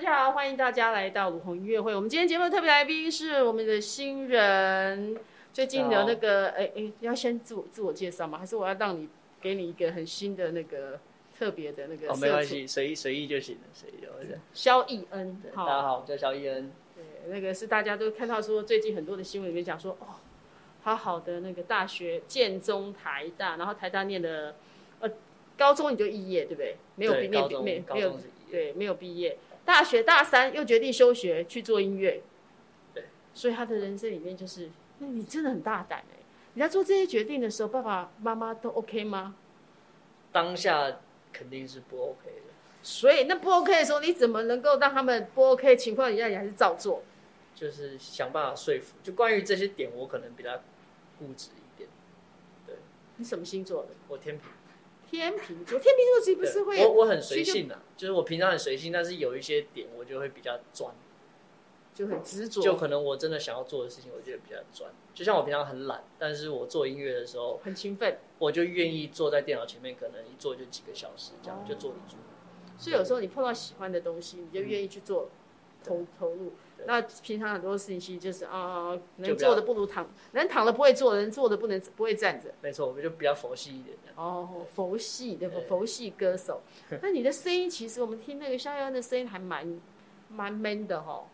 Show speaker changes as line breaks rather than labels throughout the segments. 下，欢迎大家来到卢红音乐会。我们今天节目的特别来宾是我们的新人，最近的那个，哎哎，要先自我自我介绍吗？还是我要让你给你一个很新的那个特别的那个？
哦，没关。系，随意随意就行了，随意就行了。
萧逸恩，
对大
好啊
家，好，我叫肖一恩。
对，那个是大家都看到说，最近很多的新闻里面讲说，哦，好好的那个大学建中、台大，然后台大念的，呃，高中你就肄业，对不对？没有
对
毕没有
高
毕
中
没
高
没有
中是一
对没有毕业，大学大三又决定休学去做音乐，
对，
所以他的人生里面就是，那你真的很大胆哎、你在做这些决定的时候，爸爸妈妈都 OK 吗？
当下肯定是不 OK 的，
所以那不 OK 的时候，你怎么能够让他们不 OK 的情况底下，你还是照做？
就是想办法说服。就关于这些点，我可能比较固执一点。
你什么星座的？
我天平，
天秤座，天秤座是不是会
对我我很
所
随
以就
性的、就是我平常很随性，但是有一些点我就会比较专，
就很执着，
就可能我真的想要做的事情，我就比较专。就像我平常很懒，但是我做音乐的时候，
很勤奋，
我就愿意坐在电脑前面，可能一坐就几个小时，这
哦
样就做一做。
所以有时候你碰到喜欢的东西，你就愿意去做投投入。
对
那平常很多事情其实就是啊、能
就比
坐
较
的不如躺，能躺的不会坐，能坐的不能不会站着。
没错，我就比较佛系一点这样。
哦，佛系对不？
对
佛系歌手。那你的声音，其实我们听那个肖央的声音还蛮蛮 man 的哈、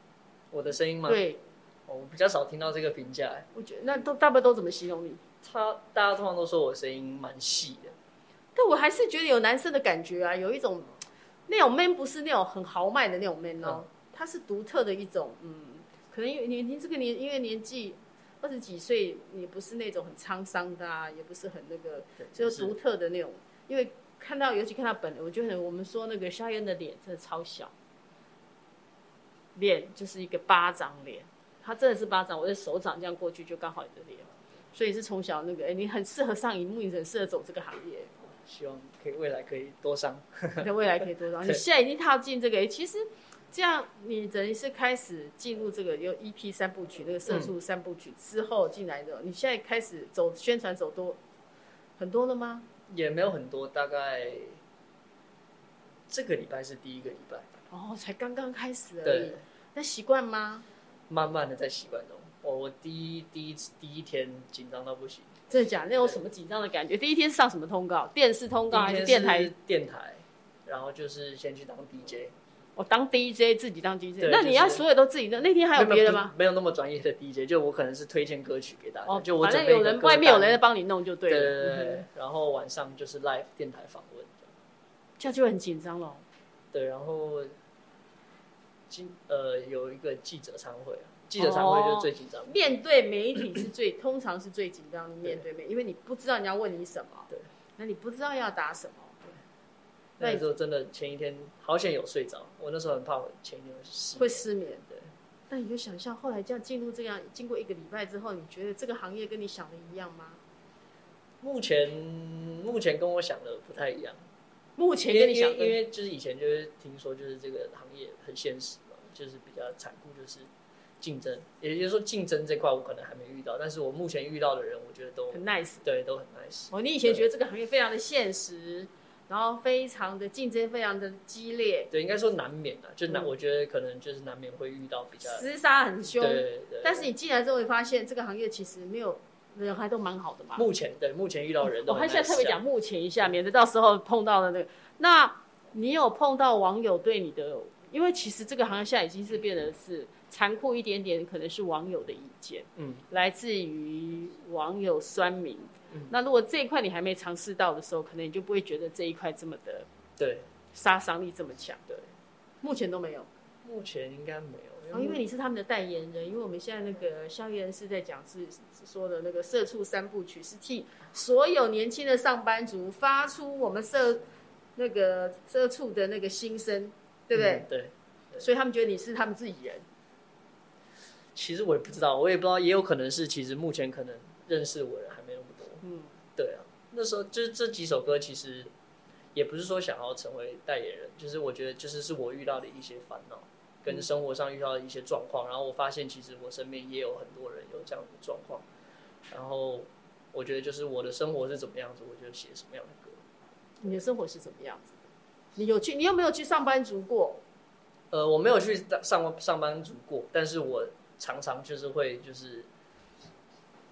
我的声音吗？
对，
哦，我比较少听到这个评价。欸
我觉得那都大部分都怎么形容你？
他大家通常都说我声音蛮细的，
但我还是觉得有男生的感觉啊，有一种那种 man 不是那种很豪迈的那种 man 哦，它是独特的一种，嗯，可能因为你你这个年因为年纪二十几岁，你不是那种很沧桑的啊，也不是很那个，
对
就是独特的那种。因为看到尤其看到本人，我觉得我们说那个肖恩的脸真的超小，脸就是一个巴掌脸，他真的是巴掌，我的手掌这样过去就刚好你的脸。所以是从小那个，哎、你很适合上荧幕，你很适合走这个行业。
希望可以未来可以多上。
你的未来可以多少？你
对
现在已经踏进这个，诶其实这样你等于是开始进入这个有 EP 三部曲，那个色素
嗯
三部曲之后进来的。你现在开始走宣传走多很多了吗？
也没有很多，大概这个礼拜是第一个礼拜，
哦，才刚刚开始而已
对。，
那习惯吗？
慢慢的在习惯中。我我第一第一第一天紧张到不行，
真的假的？那有什么紧张的感觉？第一天是上什么通告？电视通
第
告
一
还
天
是电台？
电台，然后就是先去当 DJ，
我、当 DJ 自己当 DJ，
对
那你
就是
要所有都自己弄？那天还有别的吗？
没有？没有那么专业的 DJ，就我可能是推荐歌曲给大家，
哦，
就我
反
准
正
备一
有
个
人
歌
外面有人在
单
帮你弄就对
对
了，
对对
嗯
对
哼
对，然后晚上就是 live 电台访问。
这样就很紧张了。
对，然后今呃有一个记者参会啊，记者参会就是最紧张的。
面对媒体是最通常是最紧张的面对面，因为你不知道人家问你什么，
对，
那你不知道要答什么，那
那时候真的前一天好险有睡着，我那时候很怕我前一天会失
会
眠。
失眠。
对，
那你就想象后来这样进入这样，经过一个礼拜之后，你觉得这个行业跟你想的一样吗？
目前目前跟我想的不太一样，
目前跟你
因为
想
因为因
的，
为就是以前就是听说就是这个行业很现实嘛，就是比较残酷，就是竞争，也就是说竞争这块我可能还没遇到，但是我目前遇到的人，我觉得都
很 nice
对都很 nice。
哦。你以前觉得这个行业非常的现实，然后非常的竞争，非常的激烈，
对，应该说难免啊，就
嗯
难，我觉得可能就是难免会遇到比较
厮杀很凶
对。对对。
但是你进来之后，会发现这个行业其实没有人还都蛮好的嘛。
目前对目前遇到的人都
我
很 nice
还
啊，
现在特别讲目前一下，免得到时候碰到了那个。那你有碰到网友对你的？因为其实这个行业现在已经是变得是残酷一点点，可能是网友的意见，
嗯，
来自于网友酸民。
嗯
那如果这一块你还没尝试到的时候，可能你就不会觉得这一块这么的
对
杀伤力这么强。
对，
目前都没有，
目前应该没有，
哦、因为你是他们的代言人，因为我们现在那个肖言是在讲是是说的那个社畜三部曲，是替所有年轻的上班族发出我们社那个社畜的那个心声，对不对？
嗯对，
所以他们觉得你是他们自己人，
其实我也不知道，我也不知道，也有可能是其实目前可能认识我的人还没那么多，
嗯，
对啊，那时候就是这几首歌其实也不是说想要成为代言人，就是我觉得就是是我遇到的一些烦恼。跟生活上遇到的一些状况，然后我发现其实我身边也有很多人有这样的状况，然后我觉得就是我的生活是怎么样子，我就写什么样的歌。
你的生活是怎么样子？你有去，你有没有去上班族过？
呃，我没有去当上上班族过，但是我常常就是会就是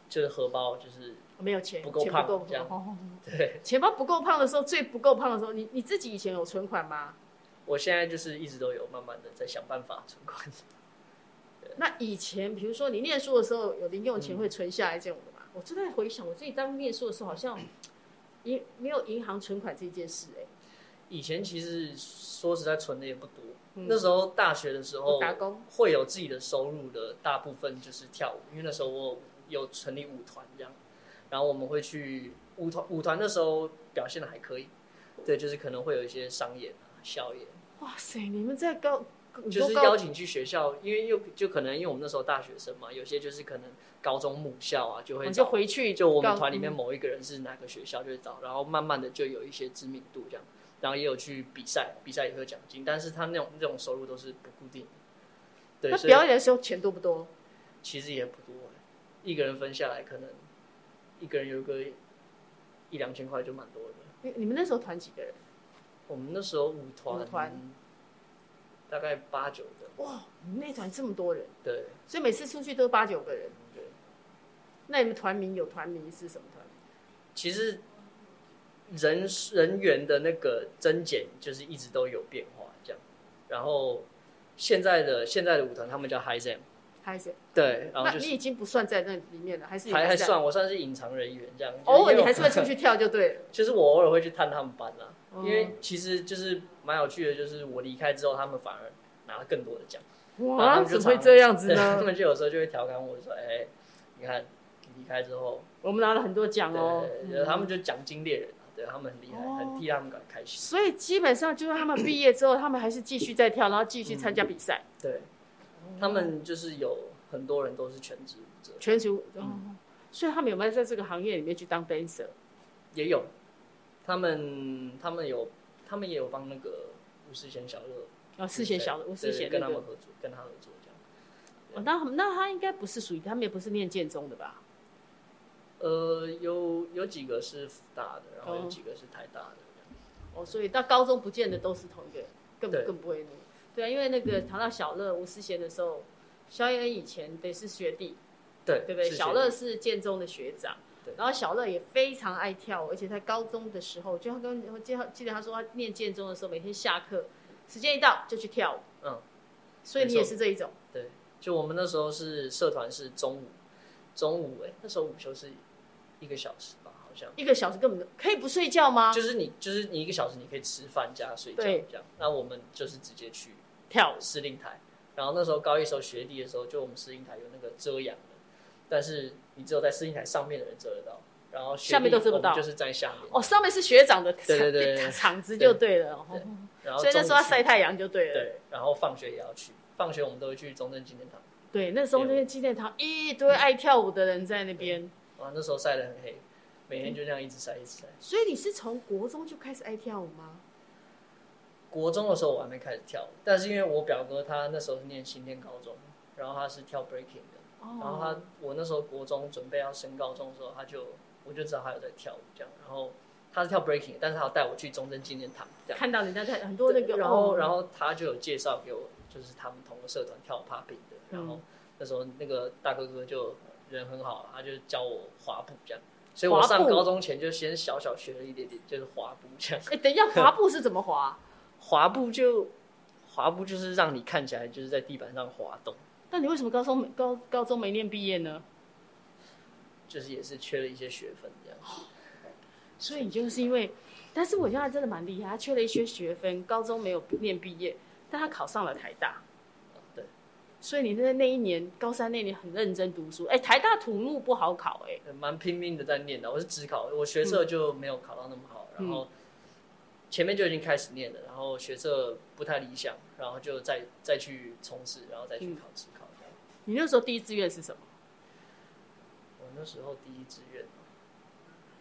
就是荷包就是
没有钱，
不够
钱
胖
不够
这样
哦
对
钱包不够胖的时候，最不够胖的时候，你你自己以前有存款吗？
我现在就是一直都有慢慢的在想办法存款。
那以前，比如说你念书的时候，有零用钱会存下来这种的嘛？我正在回想，我自己当念书的时候，好像银没有银行存款这件事、哎，
以前其实说实在存的也不多，
嗯
那时候大学的时候
我打工
会有自己的收入的大部分就是跳舞，因为那时候我有成立舞团这样，然后我们会去舞团，舞团那时候表现的还可以，对，就是可能会有一些商演啊、校演，
哇塞，你们在高，你
就
都
是
高
邀请去学校，因为又就可能因为我们那时候大学生嘛，有些就是可能高中母校啊就会
你哦就嗯
找
回去
就我们
告
团里面某一个人是哪个学校就会找，然后慢慢的就有一些知名度这样，然后也有去比赛，比赛也会有奖金，但是他那种这种收入都是不固定的，对，
那
所以
表演的时候钱多不多？
其实也不多欸、一个人分下来可能一个人有个一两千块就蛮多的。
你你们那时候团几个人？
我们那时候舞团
舞团
大概八九个，
哇，你们那团这么多人，
对
所以每次出去都八九个人。
对，
那你们团名有团名是什么团？
其实人人员的那个增减就是一直都有变化这样。然后现在的现在的舞团他们叫 High Jam，
还是
对，然后
那
就
你
是
已经不算在那里面了，还是你
还还
在
算我算是隐藏人员这样。
偶尔哦
因为
你
我
还是 会出去跳就对了。
就是我偶尔会去探他们班啦、
嗯
因为其实就是蛮有趣的，就是我离开之后，他们反而拿了更多的奖。然后他
哦哇，
们就
怎么会
常
这样子
对他
呢？
们就有时候就会调侃我说：“哎、你看你离开之后，
我们拿了很多奖
对，
哦。
就是他们就奖金猎人啊，对他们很厉害，
哦
很替他们感开心。
所以基本上就是他们毕业之后，他们还是继续在跳，然后继续参加比赛，
对，他们就是有很多人都是全职舞者，
全球。
嗯
哦所以他们有没有在这个行业里面去当 dancer？
也有他们他们有他们也有帮那个吴世贤小乐，
啊，四弦小的，我四
对
弦
跟
那
他们
个。
合作，跟他合作这样。
哦那他们那他应该不是属于他们，也不是念建中的吧？
呃，有有几个是福大的，然后有
哦
几个是台大的这样。
哦，所以到高中不见得都是同一个人，更
对
更不会那个。对啊，因为那个谈到小乐、吴思贤的时候，肖恩以前得是学弟，
对
对不对？
是
小乐是建中的学长
对，
然后小乐也非常爱跳舞，而且在高中的时候，就他跟我记得记得他说他念建中的时候，每天下课时间一到就去跳舞，
嗯，
所以你也是这一种，
对，就我们那时候是社团是中午，中午哎、诶那时候午休是一个小时吧，好像。
一个小时根本可以不睡觉吗？
就是你，就是你一个小时，你可以吃饭加睡觉
对
这样。那我们就是直接去
跳舞，
司令台，然后那时候高一时候学弟的时候，就我们司令台有那个遮阳的，但是你只有在司令台上面的人遮得到，然后学弟
下面都遮不到
我们就是在下面。
哦，上面是学长的
对对对对
场子就对了，哦
然后
所以那时候
中午
要
去
晒太阳就对了。
对，然后放学也要去，放学我们都会去中正纪念堂，
对，那时候那些纪念堂一堆爱跳舞的人在那边，
哇，那时候晒得很黑，每天就这样一直晒一直晒。
所以你是从国中就开始爱跳舞吗？
国中的时候我还没开始跳舞，但是因为我表哥他那时候是念新店高中，然后他是跳 breaking 的，
哦
然后他我那时候国中准备要升高中的时候，他就我就知道他有在跳舞这样，然后他是跳 breaking，但是他有带我去中正纪念堂这样，
看到人家在很多那个，哦
然后然
后
后他就有介绍给我，就是他们同个社团跳 popping 的，然
嗯
后那时候那个大哥哥就人很好，他就教我滑步这样，所以我
滑步
上高中前就先小小学了一点点，就是滑步这样。
哎，等一下滑步是怎么滑？
滑步就滑步就是让你看起来就是在地板上滑动，
那你为什么高中没高高中没念毕业呢？
就是也是缺了一些学分这样。
所以你就是因为，但是我觉得他真的蛮厉害，他缺了一些学分，高中没有念毕业，但他考上了台大。
对，
所以你在那一年高三那年很认真读书，哎、台大土木不好考、哎，
蛮拼命的在念的。我是只考，我
嗯
学测就没有考到那么好，然后前面就已经开始念了，然后学测不太理想，然后就再再去冲刺，然后再
嗯
去考职考这样。
你那时候第一志愿是什么？
我那时候第一志愿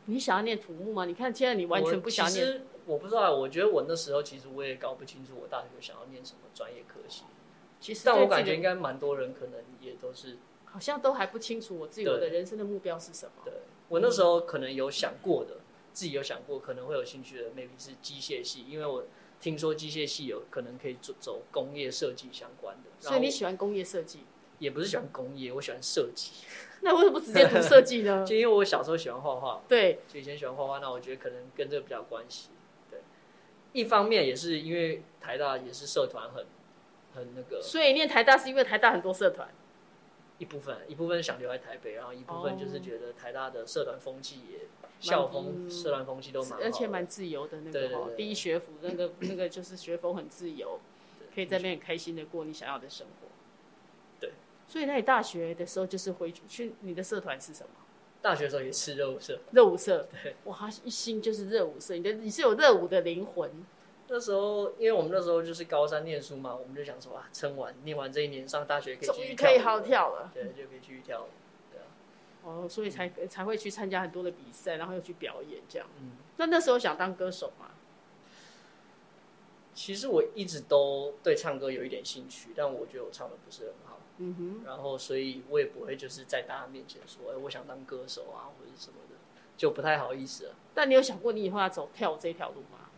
你想要念土木吗？你看现在你完全不想
我其
念，
实我不知道啊，我觉得我那时候其实我也搞不清楚我大学想要念什么专业科系，
其实
但我
对自
感
己
觉
的
应该蛮多人可能也都是
好像都还不清楚我自己我的
对
人生的目标是什么。
对我那时候可能有想过的，自己有想过可能会有兴趣的，maybe 是机械系，因为我听说机械系有可能可以走走工业设计相关的，然
所
后
以你喜欢工业设计，
也不是喜欢工业，我喜欢设计，
那为什么不直接读设计 呢？
就因为我小时候喜欢画画，
对，
就以前喜欢画画，那我觉得可能跟这个比较有关系。对，一方面也是因为台大也是社团很很那个
所以念台大是因为台大很多社团，
一部分，一部分想留在台北，然后一部分就是
哦
觉得台大的社团风气也校风、
嗯
社团风气都蛮好的，
而且蛮自由的那
对
个
对
哦
对，
第一学府那 个那个就是学风很自由，
对
可以在那边很开心的过你想要的生活。
对，
所以那你大学的时候就是回去，你的社团是什么？
大学的时候也是热舞社，
热舞社。
对，
哇，一心就是热舞社，你的你是有热舞的灵魂。
那时候因为我们那时候就是高三念书嘛，我们就想说啊，撑完念完这一年上大学可以
终
继续
于
跳
可
舞
以好好跳了
了，对，就可以继续跳舞，对啊，
哦，所以才才会去参加很多的比赛，然后又去表演这样。
嗯，
那那时候想当歌手嘛？
其实我一直都对唱歌有一点兴趣，但我觉得我唱的不是很好，
嗯哼，
然后所以我也不会就是在大家面前说，哎、我想当歌手啊或者什么的，就不太好意思了。
但你有想过你以后要走跳舞这条路吗？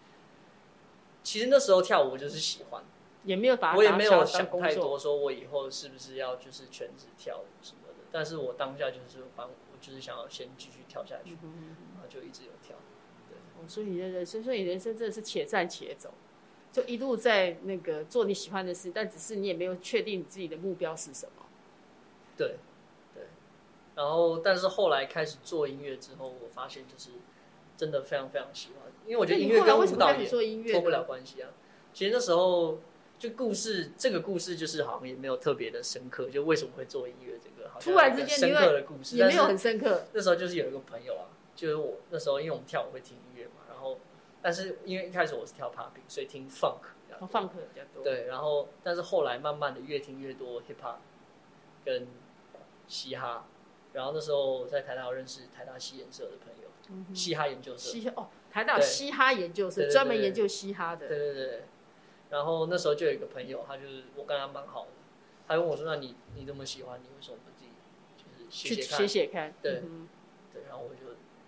其实那时候跳舞就是喜欢，
也没有把它
我也
拿
没
起来
有
当
想
工
太
作
多，说我以后是不是要就是全职跳舞什么的。但是我当下就是反正我就是想要先继续跳下去，
嗯
然后就一直有跳。
哦，所以你的人生，所以你人生真的是且战且走，就一路在那个做你喜欢的事，但只是你也没有确定你自己的目标是什么。
对，对。然后，但是后来开始做音乐之后，我发现就是真的非常非常喜欢，因为我觉得
那
音
你
乐
后来
跟
为什么
舞蹈
开始
也
做音乐
脱不
呢
了关系啊。其实那时候就故事，这个故事就是好像也没有特别的深刻，就为什么会做音乐这个，好像
突然
有一个
之间
深
你
刻
会
的故事，
也
但
没有
是
很深刻。
那时候就是有一个朋友啊，就是我那时候因为我们跳舞会听音乐嘛，然后但是因为一开始我是跳 popping，所以听 funk 这样
我哦放克比较多，
对，然后但是后来慢慢的越听越多 hip hop 跟嘻哈，然后那时候在台大有认识台大西研社的朋友，
嗯哼
嘻哈研究社，
嘻哈哦，台大有
对
嘻哈研究
对
是
对
专门
对
研究嘻哈
对
的，
对对对，然后那时候就有一个朋友，他就是我跟他蛮好的，他就问我说，那你你这么喜欢，你为什么不自己就是
去
写
写
看？
写看。
对
嗯哼
对，然后我就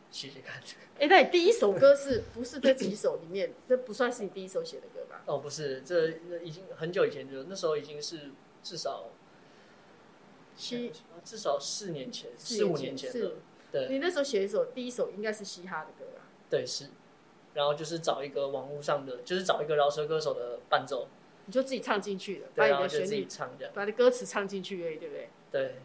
写写看，
哎，那你第一首歌是不是这几首里面？这不算是你第一首写的歌吧？
哦，不是，这那已经很久以前就，那时候已经是至少
七
至少四年前、
四
四五
年
年
前
前
是
了。对
你那时候写一首，第一首应该是嘻哈的歌啊。
对是，然后就是找一个网络上的，就是找一个饶舌歌手的伴奏，
你就自己唱进去了，把
对，
你
然后
的
就自
旋
己
律、
唱这样。
把你的歌词唱进去而已，对不对？
对，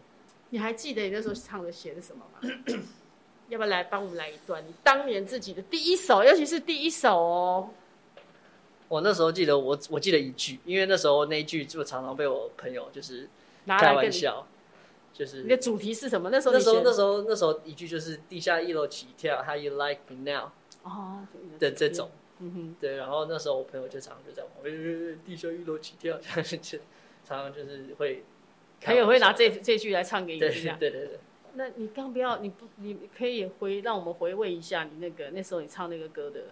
你还记得你那时候唱的写的什么吗？ 要不要来帮我们来一段？你当年自己的第一首，尤其是第一首哦，
我那时候记得我我记得一句，因为那时候那一句就常常被我朋友就是
拿
开
来跟
玩
你。
笑，就是
你的主题是什么？那时候
那
你
时候
写
那时候那时候一句就是地下一楼起跳，How you like me now
哦
的这种。，
嗯哼，
对，然后那时候我朋友就常常就在旁边，呃地下一楼起跳， 这样就常常就是会
朋友会拿
开
这这句来唱给你
玩笑对
听啊。
对对对，
那你刚不要，你不，你可以回让我们回味一下你那个那时候你唱那个歌的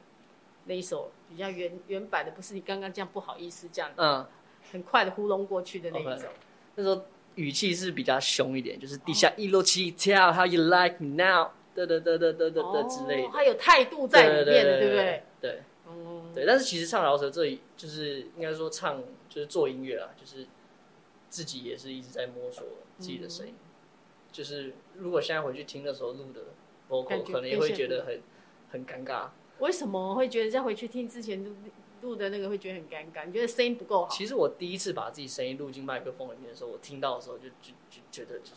那一首比较原原版的，不是你刚刚这样不好意思这样
嗯，
很快的糊弄过去的那一
OK
种。
那时候语气是比较凶一点，就是地
哦
下一楼起跳，How you like me now，得得得得得得得之类
哦
的，
他有态度在里面的，对
对
不对？
对对
嗯，
对，但是其实唱饶舌这里就是应该说唱就是做音乐啊，就是自己也是一直在摸索自己的声
嗯
音。就是如果现在回去听那时候录的 vocal，
感觉
可能也
跟
会
现
觉
在
得很很尴尬。
为什么会觉得在回去听之前录录的那个会觉得很尴尬？你觉得声音不够好，
其实我第一次把自己声音录进麦克风里面的时候，我听到的时候就就就觉得就是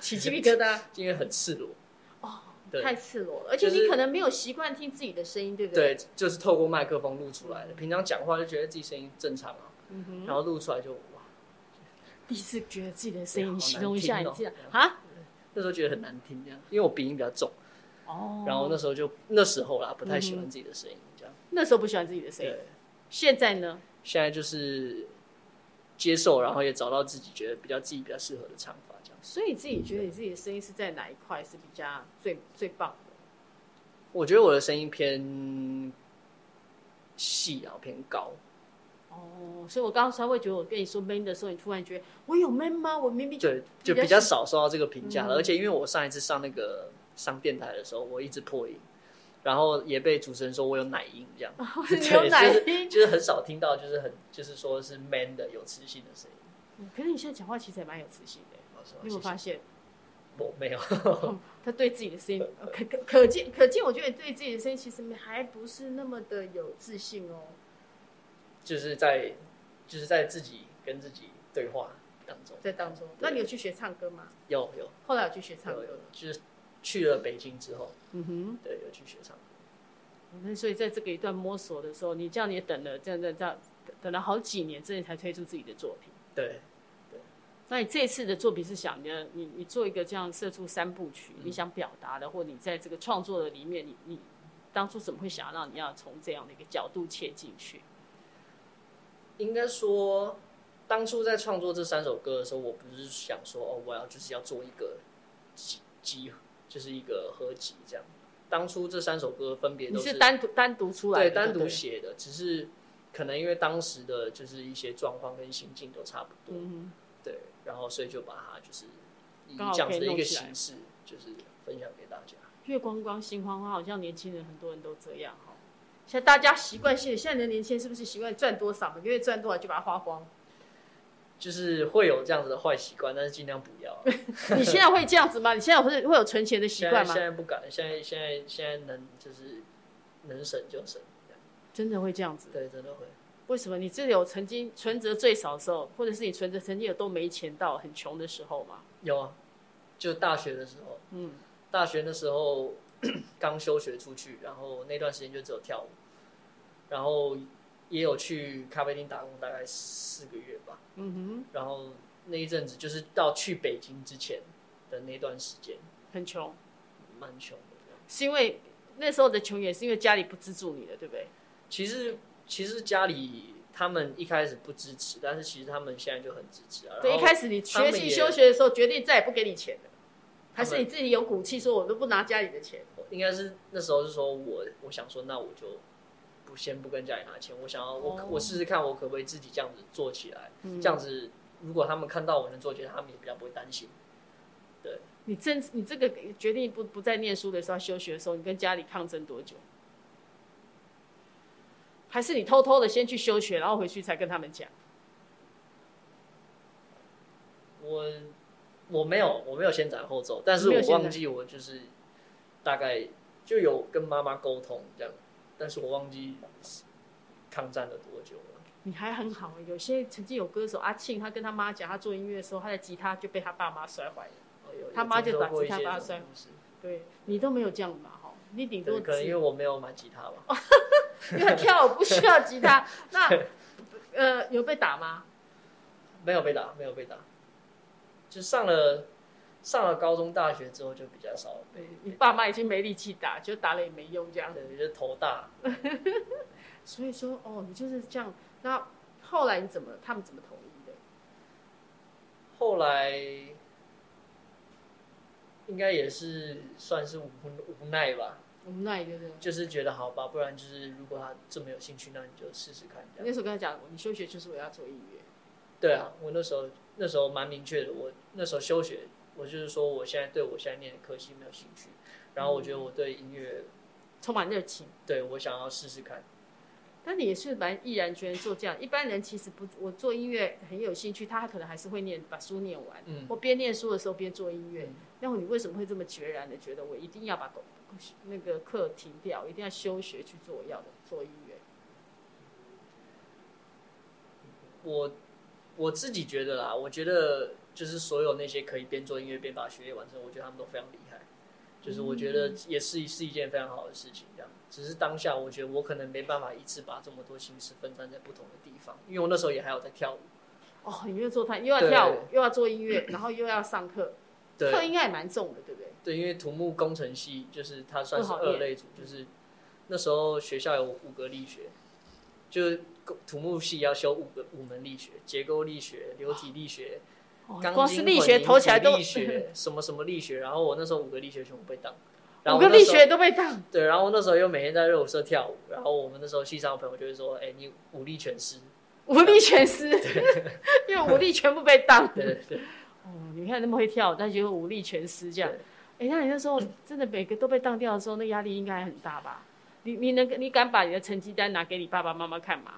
起鸡皮疙瘩，
因为很赤裸，对
太赤裸了，而且
就是
你可能没有习惯听自己的声音，对不对？
对，就是透过麦克风录出来的。平常讲话就觉得自己声音正常啊，然后录出来就哇，
第一次觉得自己的声音，
对
你形容一下，
好
你
难
这
听哦
样啊？
那时候觉得很难听这样，因为我鼻音比较重，
哦，
然后那时候就那时候啦，不太喜欢自己的声音这样。
那时候不喜欢自己的声音，
嗯对，
现在呢？
现在就是接受，然后也找到自己觉得比较自己比较适合的唱法这样。
所以你自己觉得你自己的声音是在哪一块是比较最最棒的？
我觉得我的声音偏细，然后偏高，
哦，所以我刚刚才会觉得我跟你说 man 的时候，你突然觉得我有 man 吗？我明明就
对，就比较嗯少受到这个评价了。而且因为我上一次上那个上电台的时候，我一直破音，然后也被主持人说我有奶音这样，
你有奶音，
就是很少听到，就是很就是说是 man 的有磁性的声音。
嗯可是你现在讲话其实也蛮有磁性的，
我说
你有没有发现？
我没有，
嗯他对自己的声音，呃可可可见可见，我觉得对自己的声音其实还不是那么的有自信哦。
就是在就是在自己跟自己对话当中
在当中，那你有去学唱歌吗？
有有
后来有去学唱
有
歌
有，，就是去了北京之后，
嗯哼。
对，有去学唱歌。
那所以在这个一段摸索的时候，你这样也等了，这样这样这样，等了好几年，真的才推出自己的作品。
对，
那你这次的作品是想你要你你做一个这样射出三部曲，
嗯
你想表达的，或你在这个创作的里面，你你当初怎么会想让你要从这样的一个角度切进去？
应该说，当初在创作这三首歌的时候，我不是想说哦，我要就是要做一个集集，就是一个合集这样。当初这三首歌分别
你
都
是单独单独出来的，
对单独
不
写的，只是可能因为当时的就是一些状况跟心境都差不多，
嗯
对，然后所以就把它就是以
刚好
这样
可以
子的一
弄
个
起来
形式，就是分享给大家。
哼，月光光、心慌慌，好像年轻人很多人都这样哈。现在大家习惯性，现在的年轻人是不是习惯赚多少，每个月赚多少就把它花光？
就是会有这样子的坏习惯，但是尽量不要。
你现在会这样子吗？你现在会会有存钱的习
现在
惯
现
吗？
在不敢，现在现在现在能就是能省就省，
真的会这样子？
对，真的会。
为什么？你自己有曾经存折最少的时候，或者是你存折曾经有都没钱到很穷的时候吗？
有啊，就大学的时候，
嗯，
大学的时候 刚休学出去，然后那段时间就只有跳舞，然后也有去咖啡厅打工，大概四个月吧。
嗯
然后那一阵子就是到去北京之前的那段时间，
哼，嗯很穷，
蛮穷的。
是因为那时候的穷也是因为家里不资助你了，对不对？
其实其实家里他们一开始不支持，但是其实他们现在就很支持啊。
对，
然
一
后
开始你学
他们
习
也
休学的时候，决定再也不给你钱了，
他
还
们
是你自己有骨气说，我都不拿家里的钱？
应该是那时候是说我我想说，那我就不先不跟家里拿钱，我想要我、
哦
我试试看，我可不可以自己这样子做起来，
嗯
这样子如果他们看到我能做起来，他们也比较不会担心。
你正你这个决定不不再念书的时候，休学的时候，你跟家里抗争多久？还是你偷偷的先去休学，然后回去才跟他们讲？
我我没有我没有先斩后奏，但
嗯
是
没有
我
先斩
忘记我就是大概就有跟妈妈沟通这样，但是我忘记抗战了多久了。
你还很好，有些曾经有歌手阿啊庆，他跟他妈讲，他做音乐的时候，他的吉他就被他爸妈摔坏了。
哦有有
他妈就
听
把
说过
吉
一
他
些
把它
这
摔
种故事
对你都没有这样嘛，哈，你顶多
对，可能
只
因为我没有买吉他吧，
因为他跳舞不需要吉他。那 呃，有被打吗？
没有被打，没有被打，就上了上了高中、大学之后就比较少被，
你爸妈已经没力气打，就打了也没用这样。
对，就是头大。
所以说，哦，你就是这样。那后来你怎么，他们怎么同意的？
后来应该也是算是无无奈吧，
无奈就是，
就是觉得好吧，不然就是如果他这么有兴趣，那你就试试看这
你
样。
那时候跟他讲，你休学就是我要做音乐。
对啊，我那时候那时候蛮明确的，我那时候休学，我就是说我现在对我现在念的科系没有兴趣，然后我觉得我对音乐，
充满热情。
对我想要试试看。
但你也是蛮毅然决然做这样。一般人其实不，我做音乐很有兴趣，他可能还是会念把书念完，
嗯
或边念书的时候边做音乐
嗯。
那、你为什么会这么决然的觉得我一定要把那个课停掉，一定要休学去做我要的做音乐？
我我自己觉得啦，我觉得就是所有那些可以边做音乐边把学业完成，我觉得他们都非常厉害。就是我觉
嗯
得也是是一件非常好的事情，这样。只是当下我觉得我可能没办法一次把这么多心思分散在不同的地方，因为我那时候也还有在跳舞，
哦，你又做他又要跳舞
对，
又要做音乐， 然后又要上课，课
对
应该也蛮重的，对不对？
对，因为土木工程系就是它算是
更好念
二类组，就是那时候学校有五个力学，就是土木系要修五个五门力学，结构力学、流体力学、
哦
钢，筋
光是力
混
学
凝
投起来
土
都
力学什么什么力学，然后我那时候五个力学全部被当，然
五
后
个
我那
力
时候
学都被当，
对，然后我那时候又每天在热舞社跳舞，然后我们那时候系上的朋友就会说，哎、你武力全失，
武力全 失，因为武力全部被当。
对对对，
哦，你看那么会跳，但结果武力全失这样
对。
哎、那你那时候真的每个都被当掉的时候，那压力应该很大吧？你你能你敢把你的成绩单拿给你爸爸妈妈看吗？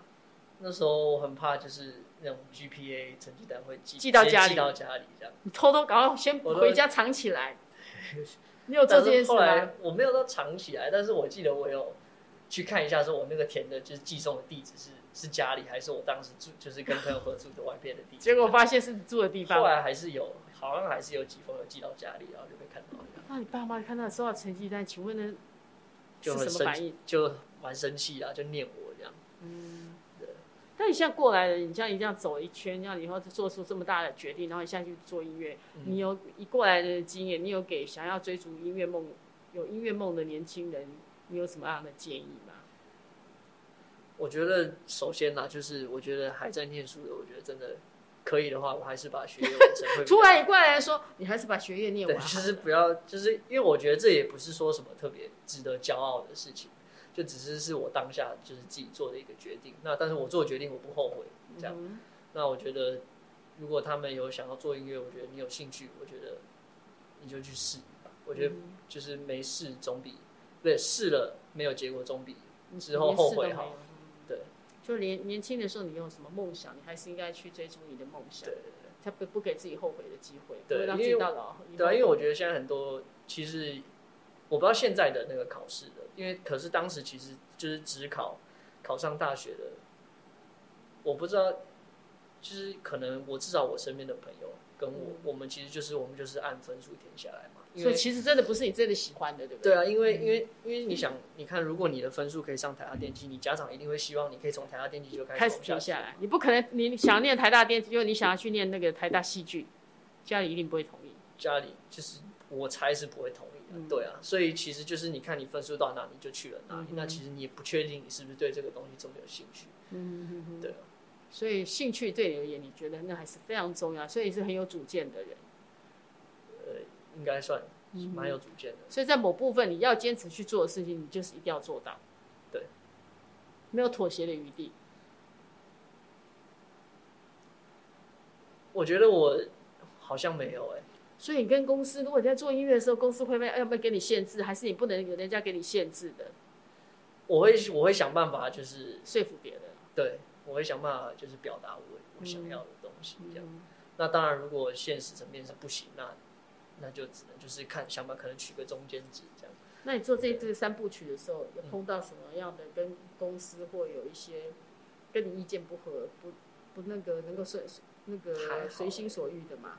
那时候我很怕就是那种 GPA 成绩单会寄
寄到
直接
家里
寄到家里这样。
你偷偷赶快先
我都
回家藏起 来。你有做这件
但是
事
后
吗
来？我没有到藏起来，但是我记得我有去看一下，说我那个填的就是寄送的地址是是家里，还是我当时住就是跟朋友合住的外边的地址。
结果发现是你住的地
后
方。
来还是有，好像还是有几封有寄到家里，然后就被看到这样，
那你爸妈看到收到成绩单，请问呢
就是很
什么
生
反应
气？，就蛮生气啊，就念我这样。
但你现在过来了，你像你这样走一圈，这样以后就做出这么大的决定，然后你现在去做音乐，
嗯
你有一过来的经验，你有给想要追逐音乐梦、有音乐梦的年轻人，你有什么样的建议吗？
我觉得首先呢、就是我觉得还在念书的，我觉得真的可以的话，我还是把学业完成会比较
突
好。
然你过来说，你还是把学业念
对，
完
就
好了，
是不要，就是因为我觉得这也不是说什么特别值得骄傲的事情，就只是是我当下就是自己做的一个决定。那但是我做决定我不后悔， 这样。
嗯
那我觉得如果他们有想要做音乐，我觉得你有兴趣，我觉得你就去试吧。我觉得就是没试总比不对，试了没有结果总比
哼
之后后悔。
嗯你连试都没
啊好
有。嗯
对
就连年轻的时候，你有什么梦想，你还是应该去追逐你的梦想
对，
才不不给自己后悔的机会，不
对
会让自
因为
己到老。
对啊，因为我觉得现在很多其实我不知道现在的那个考试的，因为可是当时其实就是只考考上大学的，我不知道，就是可能我至少我身边的朋友跟我，
嗯
我们其实就是我们就是按分数填下来嘛，因
所以
为
其实真的不是你真的喜欢的，对不
对啊，因
嗯
为因为因为你想，你看，如果你的分数可以上台大电机，你家长一定会希望你可以从台大电机就开始
开始
往
停
去
下来。你不可能，你想念台大电机，因为你想要去念那个台大戏剧，家里一定不会同意。
家里就是我猜是不会同意的，
嗯
对啊，所以其实就是你看你分数到哪，你就去了哪里。那其实你也不确定你是不是对这个东西这么有兴趣，
嗯，
对啊。
所以兴趣对你而言，你觉得那还是非常重要，所以你是很有主见的人。
呃，应该算
嗯
蛮有主见的。
所以在某部分你要坚持去做的事情，你就是一定要做到。
对，
没有妥协的余地。
我觉得我好像没有哎、
所以你跟公司，如果你在做音乐的时候，公司会不会哎要不要给你限制，还是你不能有人家给你限制的，
我会我会想办法，就是
说服别人？
对我会想办法就是表达我我想要的东西这样。
嗯
那当然，如果现实层面是不行，那那就只能就是看想办法可能取个中间值这样。
那你做这这三部曲的时候，有碰到什么样的跟公司或有一些跟你意见不合、不不那个能够随那
还好
个随心所欲的吗？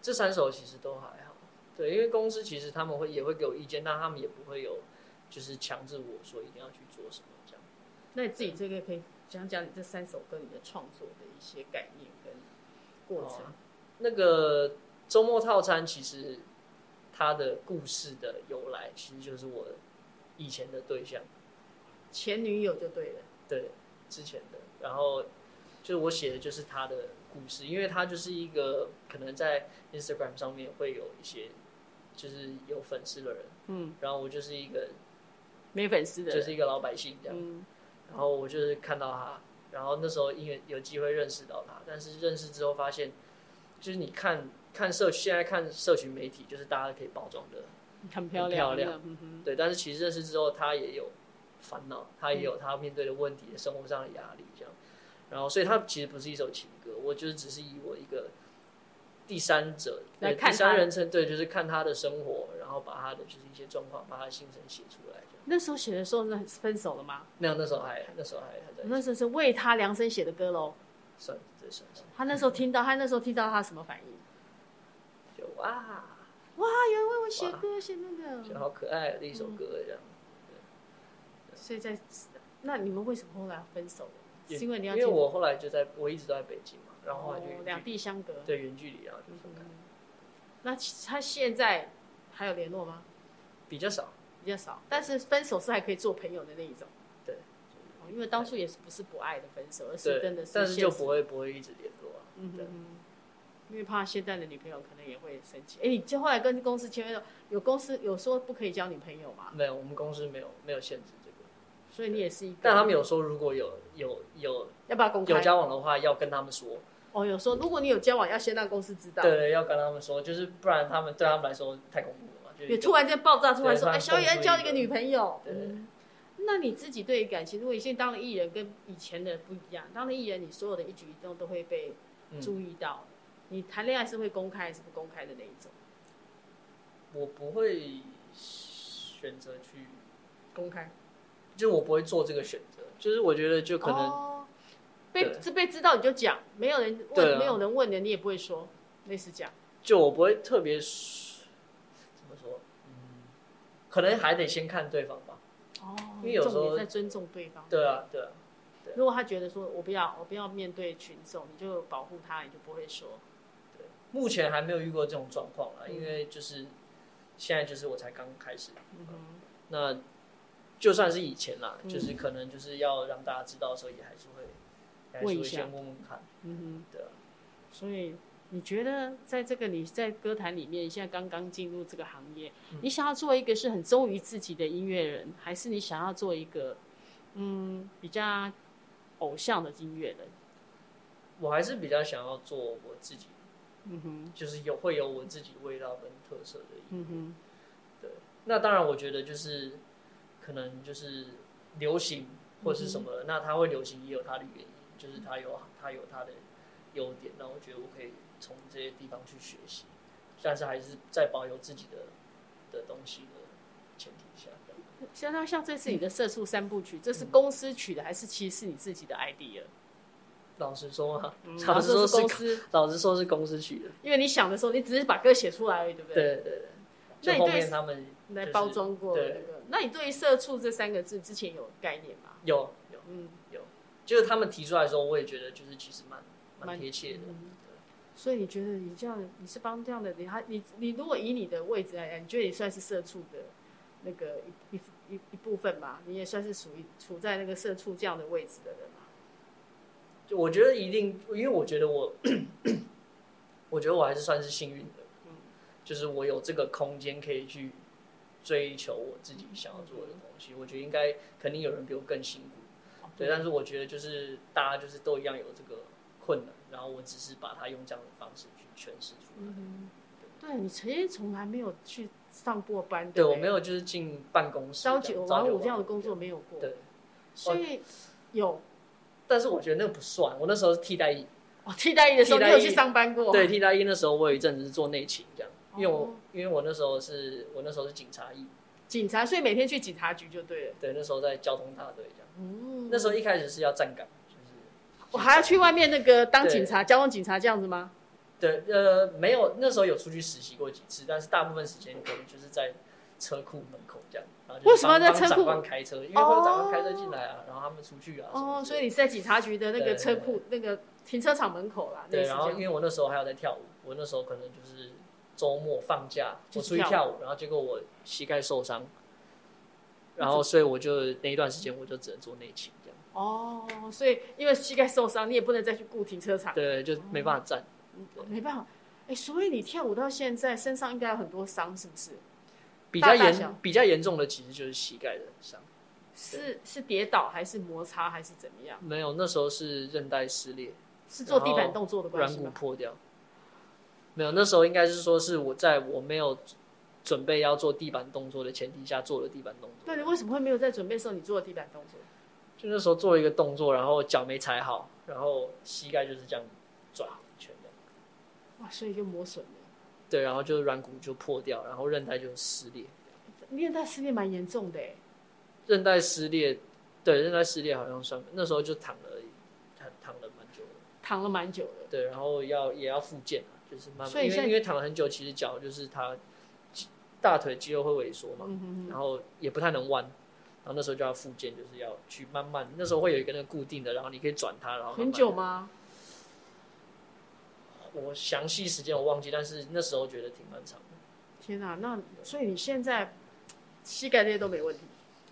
这三首其实都还好，对，因为公司其实他们会也会给我意见，但他们也不会有就是强制我说一定要去做什么这样。
那你自己这个可以讲讲你这三首歌你的创作的一些概念跟过程。
哦那个周末套餐其实它的故事的由来，其实就是我以前的对象，
前女友就对了，
对，之前的，然后就是我写的就是他的故事，因为他就是一个可能在 Instagram 上面会有一些就是有粉丝的人，
嗯，
然后我就是一个
没粉丝的
就
人，
是一个老百姓这样。
嗯，
然后我就是看到他，然后那时候因为有机会认识到他，但是认识之后发现，就是你看看社现在看社群媒体，就是大家可以包装的，
很漂
很漂
亮，
亮
嗯哼，
对，但是其实认识之后，他也有烦恼，他也
嗯
有他面对的问题、生活上的压力这样，然后所以他其实不是一首情歌，我就是只是以我一个第三者
来
对
看
第
他
三人称，对，就是看他的生活，然后把他的就是一些状况，把他的心声写出来这样。
那时候写的时候是分手了吗？
那样那时候还那时候还还在
那时候是为他量身写的歌喽。
算对算算
他那时候听到，他那时候听到他什么反应？
就哇。
哇，有人为我写歌，写那个。
觉得好可爱的一
嗯
首歌这样。
所以在那你们为什么后来分手了？
也
是因为你要
因为
见
我后来就在，我一直都在北京嘛，然后后来就
哦
远距
两地相隔。嗯
对远距离，然后就分开，
那其他现在还有联络吗？
比较少。
比较少，但是分手是还可以做朋友的那一种。
对
哦，因为当初也是不是不爱的分手，而是
对
真的，
但
是
是
现
就
实。
不会不会一直联络啊。
嗯哼
对，
哼，因为怕现在的女朋友可能也会生气。哎、你就后来跟公司签约了，有公司有说不可以交女朋友嘛？
没有，我们公司没有没有限制这个，
所以你也是一个。
但他们有说如果有有有
要不要公
有
开？
交往的话，要跟他们说，
哦，有说如果你有交往，要先让公司知道。
对对，要跟他们说，就是不然他们对他们来说太恐怖了嘛，就一
也
个
突然间爆炸出来
对
说，
突然
哎，小野
蹦出
安交了一
一
个
个
女朋友。
对
嗯那你自己对于感情，如果你现在当了艺人，跟以前的不一样。当了艺人，你所有的一举一动都会被
嗯
注意到。你谈恋爱是会公开还是不公开的那一种？
我不会选择去，
公开，
就是我不会做这个选择，就是我觉得就可能、
哦、被
对
这被知道你就讲，没有人
对
问，
啊
没有人问你，你也不会说，类似这样。
就我不会特别怎么说，嗯，可能还得先看对方吧。
哦，
因为有时候
重点在尊重对方。
对啊，对啊，
如果他觉得说我不要，我不要面对群众，你就保护他，你就不会说。
目前还没有遇过这种状况啦，
嗯
因为就是现在就是我才刚开始，
嗯哼，
那就算是以前啦，
嗯
就是可能就是要让大家知道的时候，也还是会，也还
问
是
一
会
下
先问问看，
嗯哼。
对啊，
所以你觉得在这个你在歌坛里面，现在刚刚进入这个行业，你想要做一个是很忠于自己的音乐人，还是你想要做一个嗯比较偶像的音乐人？
我还是比较想要做我自己，
嗯哼，
就是有会有我自己味道跟特色的音乐。
嗯哼，
那当然，我觉得就是可能就是流行或是什
嗯
么，那它会流行也有它的原因，就是它有它有它的优点。那我觉得我可以从这些地方去学习，但是还是在保有自己的的东西的前提下，这
像
样
像像这次你的《色素三部曲》，这是公司取的，还是其实是你自己的 idea？
老实说啊，
嗯然
老
后
实
这
说
是公
是
司，
老实说是公司取的，
因为你想的时候，你只是把歌写出来而已，对不对？
对对对。
那
就
你
后
对
面他们
来
就是
包装过那
对
个。那你对于“社畜”这三个字之前有概念吗？
有有，
嗯，
就是他们提出来的时候，我也觉得就是其实蛮
蛮
蛮贴切的。
嗯所以你觉得你这样，你是帮这样的你，还你你如果以你的位置来讲，你觉得你算是社畜的那个一一一一部分吧？你也算是属于处在那个社畜这样的位置的人嘛？
就我觉得一定，因为我觉得我， 我觉得我还是算是幸运的，
嗯
就是我有这个空间可以去追求我自己想要做的东西。我觉得应该肯定有人比我更辛苦，
哦
对。但是我觉得就是大家就是都一样有这个困难，然后我只是把它用这样的方式去诠释出来。
嗯哼，对你曾经从来没有去上过班，
对
不
我没有就是进办公室
朝
这
九
样
晚五
晚
这样的工作没有过，
对，
所以有
但是我觉得那个不算，我那时候是替代役，
哦，替代役的时候
替
你
代役
有去上班过，
对，替代役那时候我有一阵子是做内勤这样，因为我、
哦
因为我那时候是我那时候是警察役。
警察，所以每天去警察局就对了。
对，那时候在交通大队这样。
嗯，
那时候一开始是要站岗，就是
我还要去外面那个当警察，交通警察这样子吗？
对，呃，没有，那时候有出去实习过几次，但是大部分时间可能就是在车库门口这样。然后就是
为什么
帮
在
帮
车库
长官开车，因为会有长官开车进来啊，然后他们出去啊。什么
哦，
之
所以
类的
你是在警察局的那个
对
车库、那个停车场门口啦，类
对，
似
然后
这
因
样。
为我那时候还有在跳舞，我那时候可能就是周末放假，
就
我
去
出去
跳
跳舞，然后结果我膝盖受伤，然后所以我就那一段时间我就只能做内勤这样，
哦，所以因为膝盖受伤，你也不能再去雇停车场，
对，就没办法站。
哦
嗯对
没办法。哎、所以你跳舞到现在，身上应该有很多伤，是不是？
比
大
较
大小
严比较严重的其实就是膝盖的伤。
是是跌倒还是摩擦还是怎么样？
没有，那时候是韧带撕裂，
是做地
然
板
后
动作的关
软
系
骨
吗？
破掉。没有，那时候应该是说是我在我没有准备要做地板动作的前提下做了地板动作
那，你为什么会没有在准备的时候你做的地板动作？
就那时候做了一个动作，然后脚没踩好，然后膝盖就是这样转一圈的，
哇，所以就磨损了。
对，然后就软骨就破掉，然后韧带就撕裂，
韧带撕裂蛮严重的哎、
韧带撕裂，对，韧带撕裂好像算那时候就躺了躺躺了蛮久的。
躺了蛮久的。
对，然后要也要复健啊，就是慢
所
慢，
以
因
现在
为因为躺了很久，其实脚就是它肌大腿肌肉会萎缩嘛，
嗯哼哼。
然后也不太能弯，然后那时候就要复健，就是要去慢慢，那时候会有一个那个固定的，然后你可以转它，然后慢慢
很久？吗？
我详细时间我忘记，但是那时候觉得挺漫长的。
天哪、那所以你现在膝盖这些都没问题，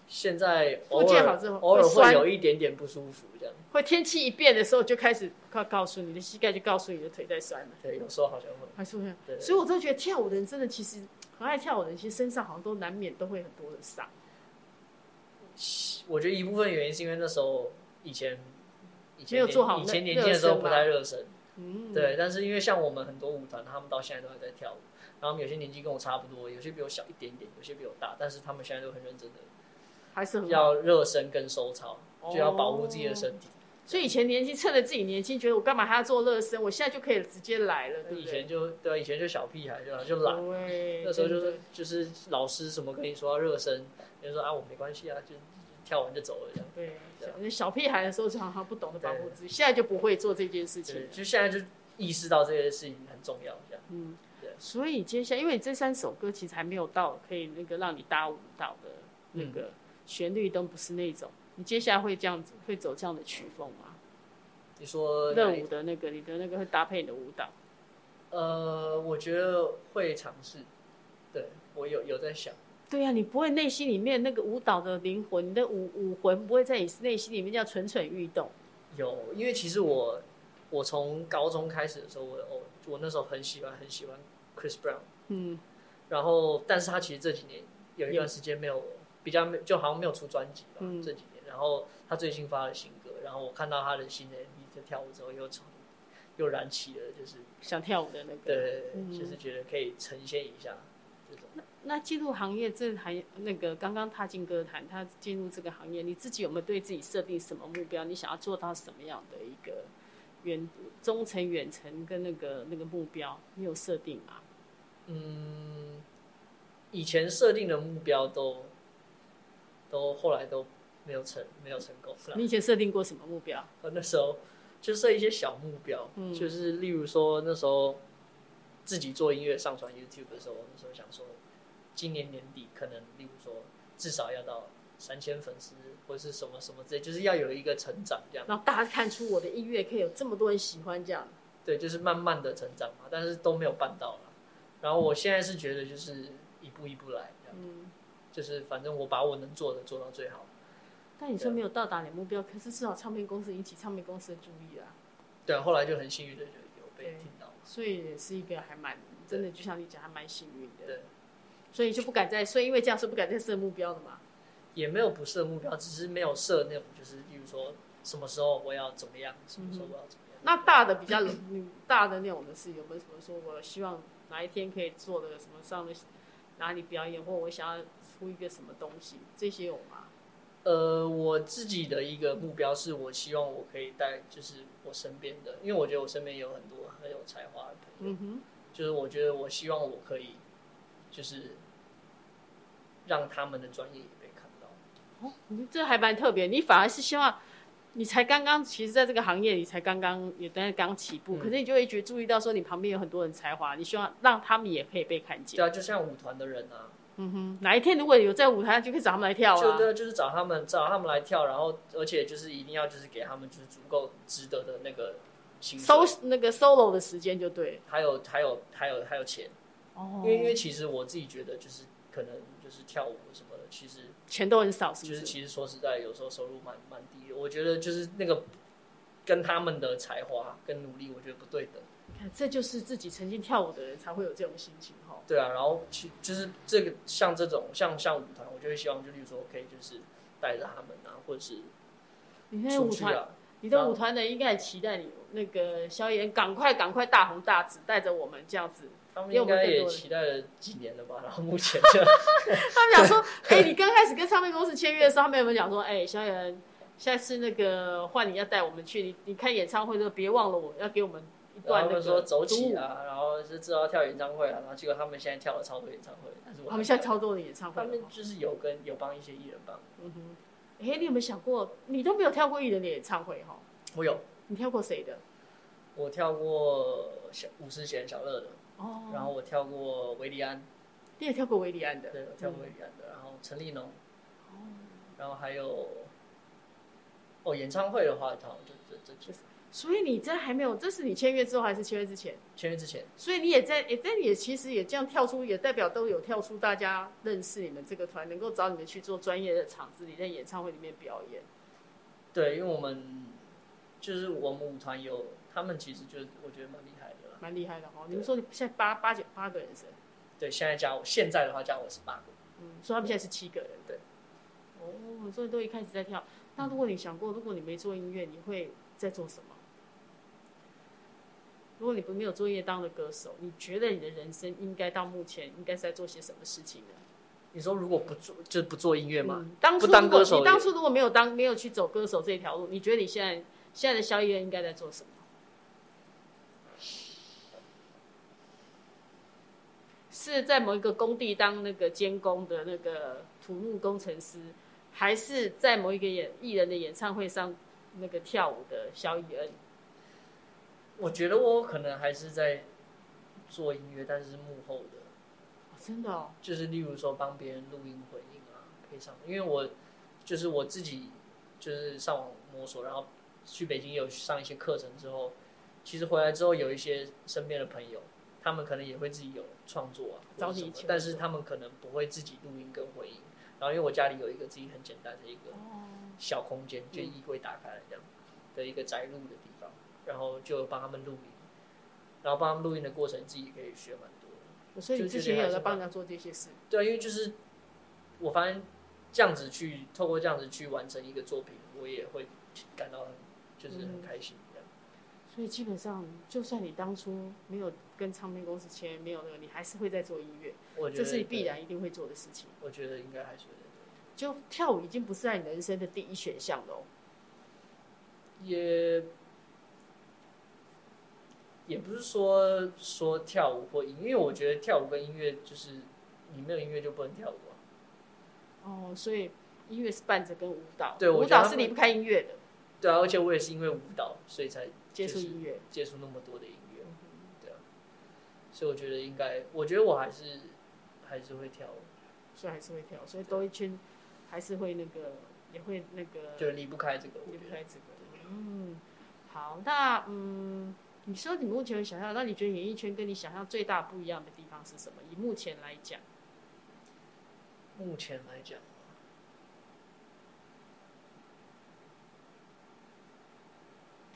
现在偶
复健好
尔
之后
偶尔
会酸
会有一点点不舒服，这样
会天气一变的时候就开始告告诉你的膝盖就告诉你的腿在酸了，
对，有时候好像会。
还是会。
对
所以我真的觉得跳舞的人真的其实很爱跳舞的人，其实身上好像都难免都会很多的伤。
我觉得一部分原因是因为那时候以前以前
没有
年
做好
以前
那
年轻的时候
热身
不
吧
太热身，
嗯，
对，但是因为像我们很多舞团，他们到现在都还在跳舞，然后他们有些年纪跟我差不多，有些比我小一点点，有些比我大，但是他们现在都很认真的
还是很好。
要热身跟收操，就要保护自己的身
哦
体。
所以以前年轻趁着自己年轻，觉得我干嘛还要做热身，我现在就可以直接来了，对
以
不对？
前就对啊，以前就小屁孩对吧，就懒。
对，
那时候就
真
是
的
就是老师什么跟你说要热身，你就说啊我没关系啊，就跳完就走了这样。
对
对啊
小小屁孩的时候常常不懂得保护自己，现在就不会做这件事情
对，。就现在就意识到这些事情很重要，这样。
嗯
对，
所以接下来，因为你这三首歌其实还没有到可以那个让你搭舞蹈的那个旋律，都不是那种。你接下来会这样子，会走这样的曲风吗？
你说哪
热
一
舞的那个，你的那个会搭配你的舞蹈。
呃，我觉得会尝试，对我有有在想，
对呀、啊，你不会内心里面那个舞蹈的灵魂，你的舞舞魂不会在你内心里面这样蠢蠢欲动。
有，因为其实我我从高中开始的时候，我我我那时候很喜欢很喜欢 Chris Brown，
嗯，
然后但是他其实这几年有一段时间没有比较没就好像没有出专辑吧，
嗯
这几年，然后他最新发了新歌，然后我看到他的新的 MV 在跳舞之后，又重又燃起了就是
想跳舞的那个。
对，
嗯
就是觉得可以呈现一下这种。
那进入行业这还那个刚刚踏进歌坛，他进入这个行业，你自己有没有对自己设定什么目标？你想要做到什么样的一个远中程、远程跟那个那个目标，你有设定吗？
嗯，以前设定的目标都都后来都没有成，没有成功啦。
你以前设定过什么目标？
我那时候就设一些小目标，
嗯
就是例如说那时候自己做音乐上传 YouTube 的时候，我那时候想说，今年年底可能，例如说至少要到三千粉丝或是什么什么之类，就是要有一个成长这样。
让大家看出我的音乐可以有这么多人喜欢这样。
对，就是慢慢的成长嘛，但是都没有办到啦。然后我现在是觉得就是一步一步来这样。
嗯，
就是反正我把我能做的做到最好。
但你说
啊
没有到达你的目标，可是至少唱片公司引起唱片公司的注意啊，
对啊，后来就很幸运的就有被听到。
所以也是一个还蛮真的，就像你讲，还蛮幸运的。
对，
所以就不敢再，所以因为这样是不敢再设目标的嘛。
也没有不设目标，只是没有设那种就是，例如说什么时候我要怎么样，什么时候我要怎么样。
那大的比较 嗯大的那种的是有没有什么说我希望哪一天可以做的什么上的哪里表演，或我想要出一个什么东西，这些有吗？
呃，我自己的一个目标是我希望我可以带，就是我身边的，因为我觉得我身边有很多很有才华的朋友，
嗯哼，
就是我觉得我希望我可以，就是让他们的专业也被看到。
哦，你这还蛮特别，你反而是希望。你才刚刚，其实在这个行业，你才刚刚也在刚起步，
嗯
可是你就会觉注意到说，你旁边有很多人才华，你希望让他们也可以被看见。
对啊，就像舞团的人啊，
嗯哼，哪一天如果有在舞台上，就可以找他们来跳
就
啊。
对，就是找他们找他们来跳，然后而且就是一定要就是给他们就是足够值得的那个薪水，
收那个 solo 的时间就对。
还有还有还有还有钱，
哦
因为因为其实我自己觉得就是可能就是跳舞什么的，其实
钱都很少，是不
就是
是？
其实说实在，有时候收入蛮蛮低的，我觉得就是那个跟他们的才华跟努力，我觉得不对等。
看，这就是自己曾经跳舞的人才会有这种心情哈。
对啊，然后其就是这个像这种像像舞团，我就会希望就例如说可以就是带着他们啊，或者是
你那
出
舞
去
团，
啊，
你的舞团人应该很期待你那个萧炎赶快赶快大红大紫，带着我们这样子。
他们
给我
应
们
该
更
也
多的
期待了几年了吧？然后目前就
他们讲 说，哎、你刚开始跟唱片公司签约的时候，他们有没有讲说，哎、萧炎，下次那个换你要带我们去，你你看演唱会的时候别忘了我要给我们一
然
段
后
那个
他们说走
独
起
舞。
啊，然后就知道跳演唱会啊，然后结果他们现在跳了超多演唱会，但是我
他们现在
还没
超多的演唱
有，
会
他
了
们
哈。
就是有跟有帮一些艺人帮，
嗯哼，哎、你有没有想过，你都没有跳过艺人的演唱会哈？
我有
你跳过谁的？
我跳过小五十弦小乐的，
哦，
然后我跳过维利安，
你也跳过维里安的。
对，我跳过维利安的，然后陈立农，
嗯哦，
然后还有哦演唱会的话，好像就这这这
所以你这还没有，这是你签约之后还是签约之前？
签约之前，
所以你也在，也但也其实也这样跳出，也代表都有跳出大家认识你们这个团，能够找你们去做专业的场子里，在演唱会里面表演。
对，因为我们就是我们舞团有他们，其实就我觉得蛮厉害的啦。
蛮厉害的哦。你们说你现在八八九八个人是？
对，现在加我现在的话加我是八个，
嗯，所以他们现在是七个人。
对。
哦，所以都一开始在跳。那如果你想过，如果你没做音乐，你会在做什么？如果你不没有做业当的歌手，你觉得你的人生应该到目前应该是在做些什么事情呢？
你说如果不做就是不做音乐嘛，
嗯，当初
不当
如果
歌手
你
也
当初如果没有当没有去走歌手这一条路，你觉得你现在现在的萧艺人应该在做什么？是在某一个工地当那个监工的那个土木工程师，还是在某一个演艺人的演唱会上那个跳舞的萧艺人？
我觉得我可能还是在做音乐，但是幕后的。
哦真的哦，
就是例如说帮别人录音混音啊，配上，因为我就是我自己就是上网摸索，然后去北京有上一些课程之后，其实回来之后有一些身边的朋友，他们可能也会自己有创作啊，
找
或
你
者什么
一起合作
但是他们可能不会自己录音跟混音。然后因为我家里有一个自己很简单的一个
哦嗯
小空间，就衣柜打开来这样的一个宅录的地方，然后就帮他们录音，然后帮他们录音的过程自己可以学蛮多的。
所以你之前也有在帮人家做这些事，
对啊，因为就是我发现这样子去透过这样子去完成一个作品，我也会感到很就是
嗯
很开心这样。
所以基本上，就算你当初没有跟唱片公司签，没有那个，你还是会在做音乐。
我觉
这
得
是你必，然一定会做的事情。
我觉得应该还是会
就跳舞已经不是在你人生的第一选项了哦。
也也不是说说跳舞或音，因为我觉得跳舞跟音乐就是你没有音乐就不能跳舞啊。
哦，所以音乐是伴着跟舞蹈，
对我
舞
觉
蹈
得他
是
们
离不开音乐的，
对啊，而且我也是因为舞蹈，所以才
接触
就是
音乐。嗯
接触那么多的音乐，对啊，所以我觉得应该，我觉得我还是还是会跳舞。
所以还是会跳，所以兜一圈还是会那个，也会那个
就离不开这个，我
离不
觉得
开这个。嗯，好，那嗯，你说你目前有想象，那你觉得演艺圈跟你想象最大不一样的地方是什么？以目前来讲，
目前来讲，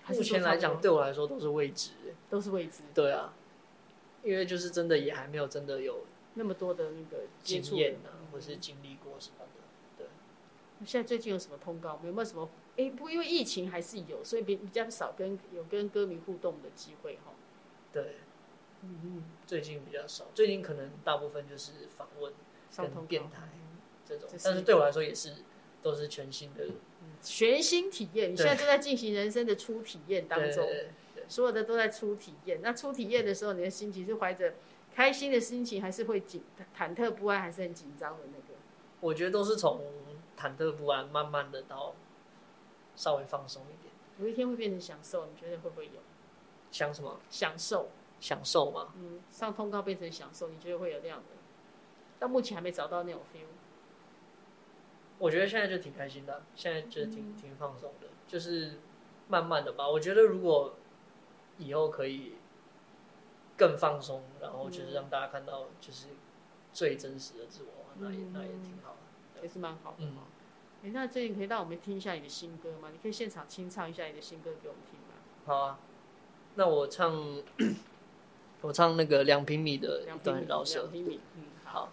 还是
目
说
前
差不
来
多
讲对我来说都是未知。
都是未知，
对啊，因为就是真的也还没有真的有
那么多的那个接
经
触
验
的嗯
啊，或是经历过什么的。
现在最近有什么通告？有没有什么？哎、不，因为疫情还是有，所以比比较少跟有跟歌迷互动的机会哈。
对，嗯，最近比较少，最近可能大部分就是访问
上通
跟
告
电台这种
这是，
但是对我来说也是都是全新的
嗯全新体验，你现在正在进行人生的初体验当
对
中，
对对
所有的都在初体验。那初体验的时候，你的心情是怀着开心的心情，还是会紧忐忑不安，还是很紧张的那个？
我觉得都是从忐忑不安慢慢的到稍微放松一点，
有一天会变成享受，你觉得会不会有
想什么
享受？
享受嘛，
嗯，上通告变成享受，你觉得会有那样的？到目前还没找到那种 feel。
我觉得现在就挺开心的啊，现在就
嗯
挺挺放松的，就是慢慢的吧。我觉得如果以后可以更放松，然后就是
嗯
让大家看到就是最真实的自我，那也
嗯
那也挺好的。
也是蛮好的
嗯
哈。哎、那最近可以让我们听一下你的新歌吗？你可以现场清唱一下你的新歌给我们听吗？
好啊，那我唱 我唱那个两平米的
两
一
平
段
米，
饶舌
两。平米，嗯，好。
好。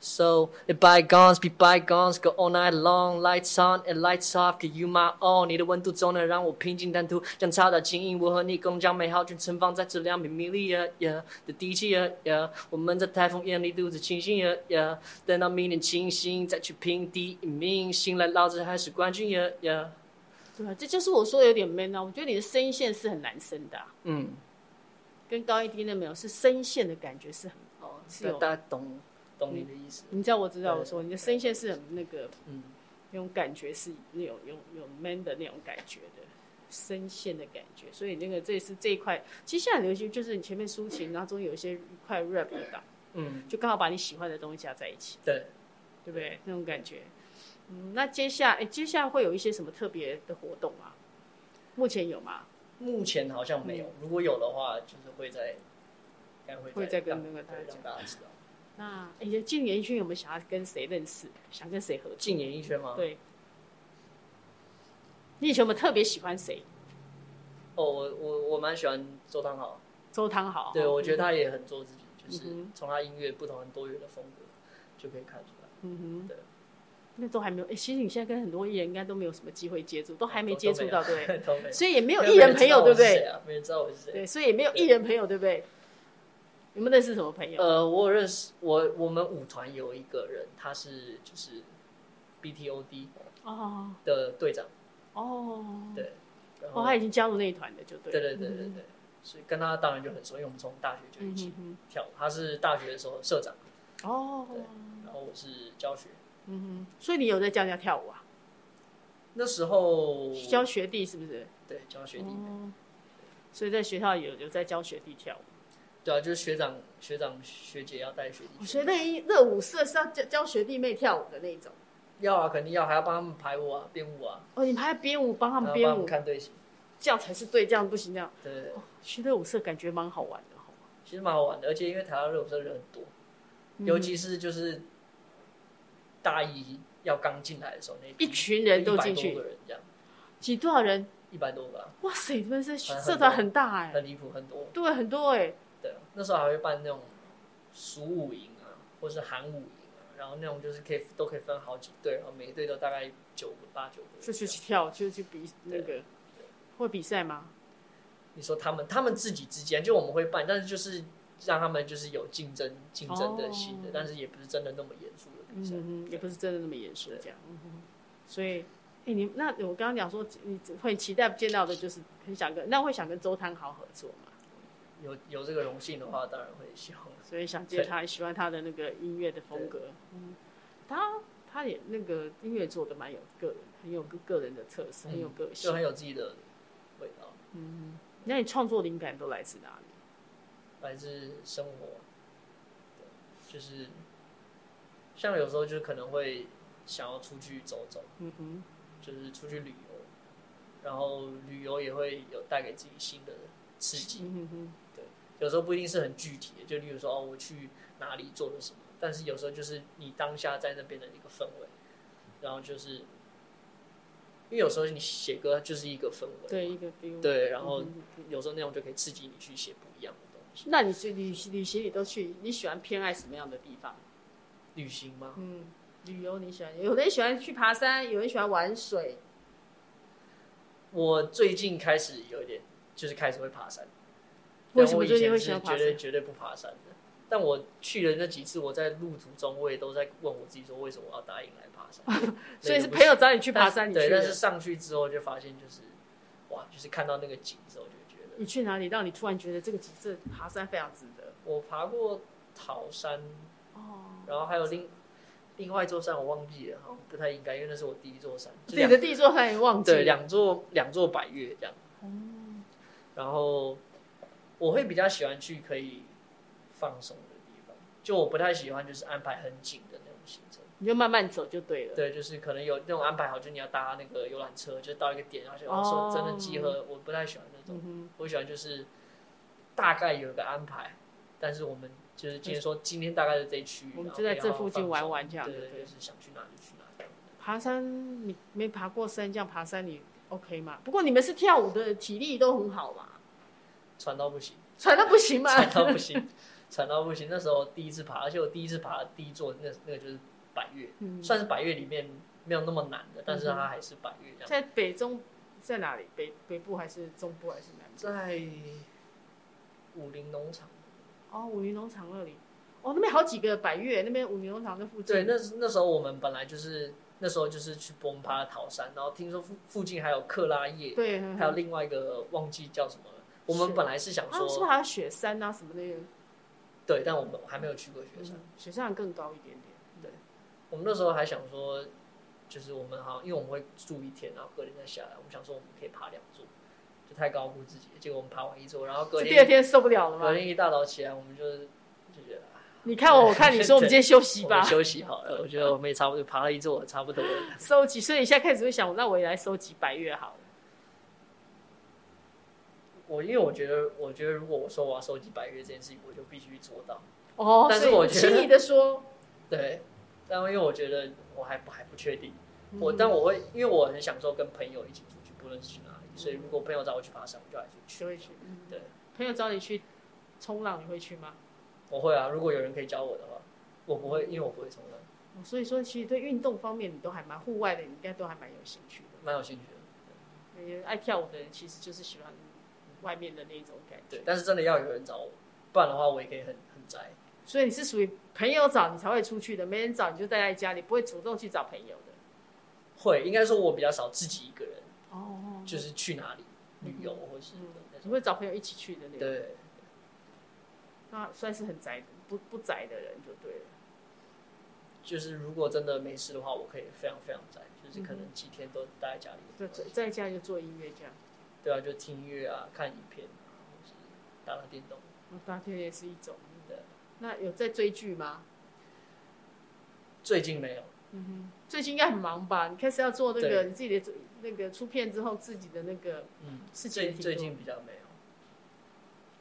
So let bygones be bygones, go all night long. Lights on and lights off, give you my all. 你的温度总能让我平静坦途，将嘈杂静音，我和你共将美好全盛放在这两平米里耶耶的地契耶耶。我们在台风眼里独自清醒耶耶，等到明年清醒再去拼第一名，醒来老子还是冠军耶耶。
对啊，这就是我说的有点 man 啊。我觉得你的声线是很男生的、啊，
嗯，
跟高一低那没有，是声线的感觉是很。
哦，
是有
大家懂懂你的意思。
你知道，我知道，
对
我说你的声线是很那个
嗯，
那种感觉是那种有有 man 的那种感觉的声线的感觉，所以那个这是这一块，其实现在很流行就是你前面抒情，然后中间有一些一块 rap 的档，
嗯，
就刚好把你喜欢的东西加在一起。
对，
对不对？那种感觉。嗯，那接下哎、接下来会有一些什么特别的活动吗？目前有吗？
目前好像没有，如果有的话，就是会在，应该会
嗯会再
再
跟
让
那个大
对
家
让大家知道。
那哎，进演艺圈有没有想要跟谁认识？想跟谁合作？
进演艺圈吗？
对。你以前有没有特别喜欢谁？
哦，我我我蛮喜欢周汤豪，
周汤豪。
对我觉得他也很做自己，就
嗯
是从他音乐不同很多元的风格就可以看出来。
嗯哼
对。
那都还没有。哎、其实你现在跟很多艺人应该都没有什么机会接触，都还没
啊都
接触到，对不对？
都没有
所以也没
没
有艺人朋友，对不对？
对？没人知道我是谁。
对，所以也没有艺人朋友，对不对？你们认识什么朋友？
呃，我有认识我我们舞团有一个人，他是就是 BTOD
哦
的队长，
哦，
对，然后
哦，他已经嗯加入那一团的，就对
对
了。
对对对对，所以跟他当然就很熟，因为我们从大学就一
嗯
起
哼
跳舞，他是大学的时候社长，
哼，哦，
对然后我是教学，
嗯哼，所以你有在教人家跳舞啊？
那时候
教学弟是不是？
对教学弟，
哦，所以在学校有有在教学弟跳舞。
对啊，就是学长学长学姐要带学弟
我
学
觉
妹，
得那一热舞社是要教教学弟妹跳舞的那一种。
要啊，肯定要，还要帮他们排舞啊，编舞啊，
哦，你们还要编舞，帮他
然
们
呃后帮
编
他
舞
们，看队形，
这样才是对，这样不行，这样
对对，对
去热舞社感觉蛮好玩的哦哈。
其实蛮好玩的，而且因为台湾热舞社人很多，
嗯
尤其是就是大一要刚进来的时候，那
一群人都进
一百
去，
多个人这样，
几多少人？
一百多个吧，
哇塞，你们这
很哦
社团很大哎、
很离谱，很多。
对，很多哎、
对，啊那时候还会办那种熟舞营啊，或是韩舞营啊，然后那种就是可以都可以分好几队，然后每一队都大概九个八九个人这
就
样。
去去跳，就去比那个会比赛吗？
你说他们他们自己之间，就我们会办，但是就是让他们就是有竞争竞争的心的，
哦
但是也不是真的那么严肃的比赛。
嗯，也不是真的那么严肃这样。嗯哼所以，哎、你那我刚刚讲说，你只会期待见到的就是很想跟，那会想跟周汤豪合作嘛？
有有这个荣幸的话，当然会希望。
所以想见他，喜欢他的那个音乐的风格。嗯，他他也那个音乐做的蛮有个人，很有个个人的特色，很有个
就
性。
很有自己的味道，嗯
那你创作灵感都来自哪里？
来自生活。对，就是像有时候就可能会想要出去走走，
嗯哼，
就是出去旅游，然后旅游也会有带给自己新的刺激。
嗯哼哼，
有时候不一定是很具体的，就例如说哦，我去哪里做了什么，但是有时候就是你当下在那边的一个氛围，然后就是因为有时候你写歌就是一个氛围，
对，一个 feel。
对，然后
嗯哼
有时候那种就可以刺激你去写不一样的东西。
那你去旅旅行，你都去，你喜欢偏爱什么样的地方？
旅行吗？
嗯，旅游你喜欢，有的人喜欢去爬山，有人喜欢玩水。
我最近开始有一点，就是开始会爬山。
为什么
但我以
最近
前
会
是
喜欢爬
绝对
山？
绝对不爬山的。但我去了那几次，我在路途中我也都在问我自己说，为什么我要答应来爬 山
所以是
累得不
朋友找你去
行
爬山，你
对，
去
但
的
是上去之后就发现就是，哇，就是看到那个景之后就觉得，
你去哪里让你突然觉得这个景色爬山非常值得？
我爬过桃山，
哦，
然后还有另另外一座山我忘记了，好像不太应该，因为那是我第一座山。
自
就
己
两
的地座山也忘记
对，
了。
两座两座百越这样。然后我会比较喜欢去可以放松的地方，就我不太喜欢就是安排很紧的那种行程。
你就慢慢走就对了。
对，就是可能有那种安排好，就你要搭那个游览车，就到一个点，而且
哦
我说真的集合，我不太喜欢那种。
嗯
我喜欢就是大概有一个安排，但是我们就是今天说今天大概是这一区域，
我们
然后
就在
可以
这
好好
附近
放
玩
松
玩这样
对，
对
对
对
就是想去哪就去哪这样。
哼，爬山你没爬过山，这样爬山你 OK 吗？不过你们是跳舞的，体力都很好嘛，
船到不行。
喘到不行嘛。
惨到不行，惨到不行。那时候第一次爬，而且我第一次爬的第一座那那个就是百越，
嗯，
算是百越里面没有那么难的，但是它还是百越这样。
在北中在哪里？北北部还是中部还是南部？
在武林农场，
哦，五云农场那里。哦，那边好几个百越，那边五云农场在附近。
对，那那时候我们本来就是那时候就是去崩趴桃山，然后听说附附近还有克拉叶，
对，嗯
还有另外一个忘记叫什么了。我
是
们本来是想
啊，是不是
说，
还有雪山啊什么那个？
对，但我们还没有去过雪山。
嗯雪山更高一点点。
我们那时候还想说，就是我们好像因为我们会住一天，然后隔天再下来，我们想说我们可以爬两座，就太高估自己了。结果我们爬完一座，然后隔
就第二
天
天受不了了
隔
吗？
天一大早起来，我们就是就觉得啊
你看哦我，我看你，说我们今天休息
我
吧
们。休息好了。我觉得我们也差不多爬了一座，差不多了。
收集，所以你现在开始会想，那我也来收集百越好了。
我因为我觉得，我觉得如果我说我要收集百越这件事情，我就必须做到。
哦，
但是
所以
我
你
觉得
轻易的说，
对，但因为我觉得我还不还不确定。我
嗯
但我会，因为我很享受跟朋友一起出去，不论是去哪里。所以如果朋友找我去爬山，我就还是去
学。会去。嗯
对，
朋友找你去冲浪，你会去吗？
我会啊，如果有人可以教我的话，我不会，因为我不会冲浪。
哦所以说，其实对运动方面你都还蛮户外的，你应该都还蛮有兴趣的。
蛮有兴趣的。
那些爱跳舞的人其实就是喜欢外面的那种感觉
对，。但是真的要有人找我，不然的话我也可以很很宅。
所以你是属于朋友找你才会出去的，没人找你就待在家里，不会主动去找朋友的。
会，应该说我比较少自己一个人，
哦
就是去哪里旅游或是
嗯
那，
你
种。
会找朋友一起去的那种，
对，
那算是很宅的，不不宅的人就对了。
就是如果真的没事的话，我可以非常非常宅，就是可
嗯
能几天都待在家里。
就在在家就做音乐这样，
对啊，就听音乐啊，看影片啊，或是打打电动。
我哦当天也是一种。
对，啊
那有在追剧吗？
最近没有，
嗯哼，最近应该很忙吧？你开始要做那个
对
你自己的那个出片之后自己的那个，
嗯，
是最
最
近
最近比较没有。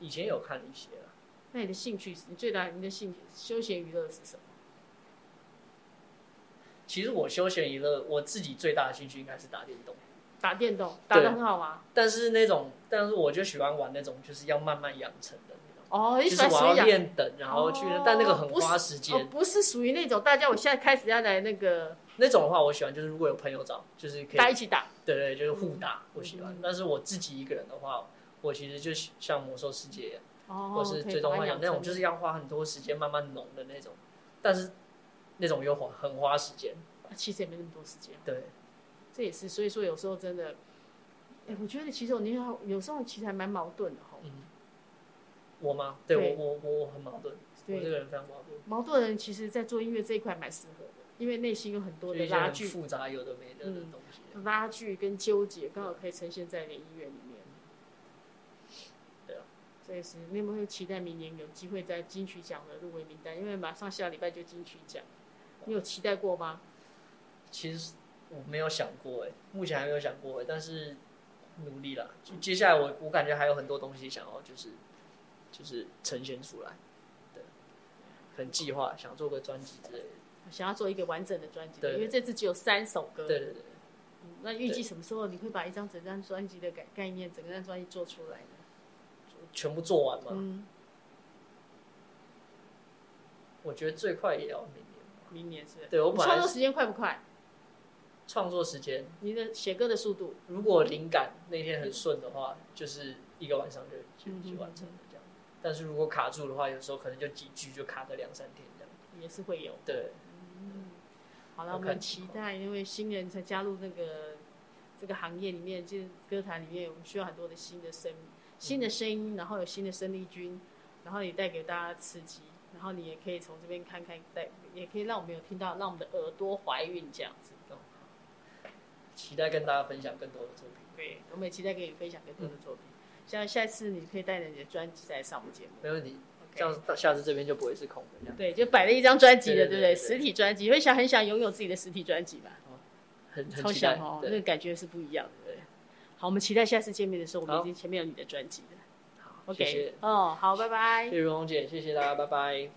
以前有看一些啦，
那你的兴趣，你最大你的兴休闲娱乐是什么？
其实我休闲娱乐，我自己最大的兴趣应该是打电动，
打电动，打
对
得很好啊玩。
但是那种，但是我就喜欢玩那种，就是要慢慢养成的那种，
哦，你喜
就是
欢
我
水
要
养哦
练等，然后去，但那个很
不是
花时
哦
间，。
不是属于那种大家我现在开始要来那个
那种的话，我喜欢就是如果有朋友找，就是可以
大家一起打，
对对，就是互打，我喜欢
嗯。
但是我自己一个人的话，我其实就喜像魔兽世界，
哦，
或是
可以把
最终
它
幻想
养
那种，
成
就是要花很多时间慢慢弄的那种，但是那种又花很花时间。
啊其实也没那么多时间，
对，
这也是所以说有时候真的，哎，我觉得其实我你好，有时候其实还蛮矛盾的哈，
嗯，我吗？对
对
我我我我很矛盾，我这
对，
个人非常矛盾，
矛盾的人其实，在做音乐这一块蛮适合的，因为内心有很多
就
的
一些
拉
很
锯、
复杂有的没的的
嗯
东西。
拉锯跟纠结，刚好可以呈现在你的音乐里面。
对啊，
这也是你有没有期待明年有机会在金曲奖的入围名单？因为马上下礼拜就金曲奖，你有期待过吗？
其实我没有想过哎、目前还没有想过哎、但是努力啦。就接下来我我感觉还有很多东西想要就是就是呈现出来，对，很计划想做个专辑之类的。
想要做一个完整的专辑，
对
因为这次只有三首歌。
对对对，
嗯那预计什么时候你会把一张整张专辑的概概念、整张专辑做出来呢？
全部做完嘛。
嗯，
我觉得最快也要明年吧。
明年是不是。
对我
你
本
创
来
作时间快不快？
创作时间，
你的写歌的速度？
如果灵感那天很顺的话，就是一个晚上就
嗯
就
嗯
就完成了这样。但是如果卡住的话，有时候可能就几句就卡个两三天这样。
也是会有。
对，
嗯好了，
要
我们
看
期
情况
待，因为新人才加入那个这个行业里面，就是歌坛里面，我们需要很多的新的声、新的声音，然后有新的生力军，然后也带给大家刺激，然后你也可以从这边看看，带也可以让我们有听到，让我们的耳朵怀孕这样子。
期待跟大家分享更多的作品。
对，我们也期待跟你分享更多的作
嗯
品。像下次你可以带着你的专辑再来上我们节目。
没问题，
OK
这样到下次这边就不会是空的这样。
对，就摆了一张专辑的，
对对
对不
对
对？
对
实体专辑，会想很想拥有自己的实体专辑吧？
很
超
很期待
想哦，那
对
个感觉是不一样的。对好，我们期待下次见面的时候，我们已
好
经前面有你的专辑了。
好，谢
OK，
谢
哦，好，拜拜
谢。谢如红姐，谢谢大家，拜拜。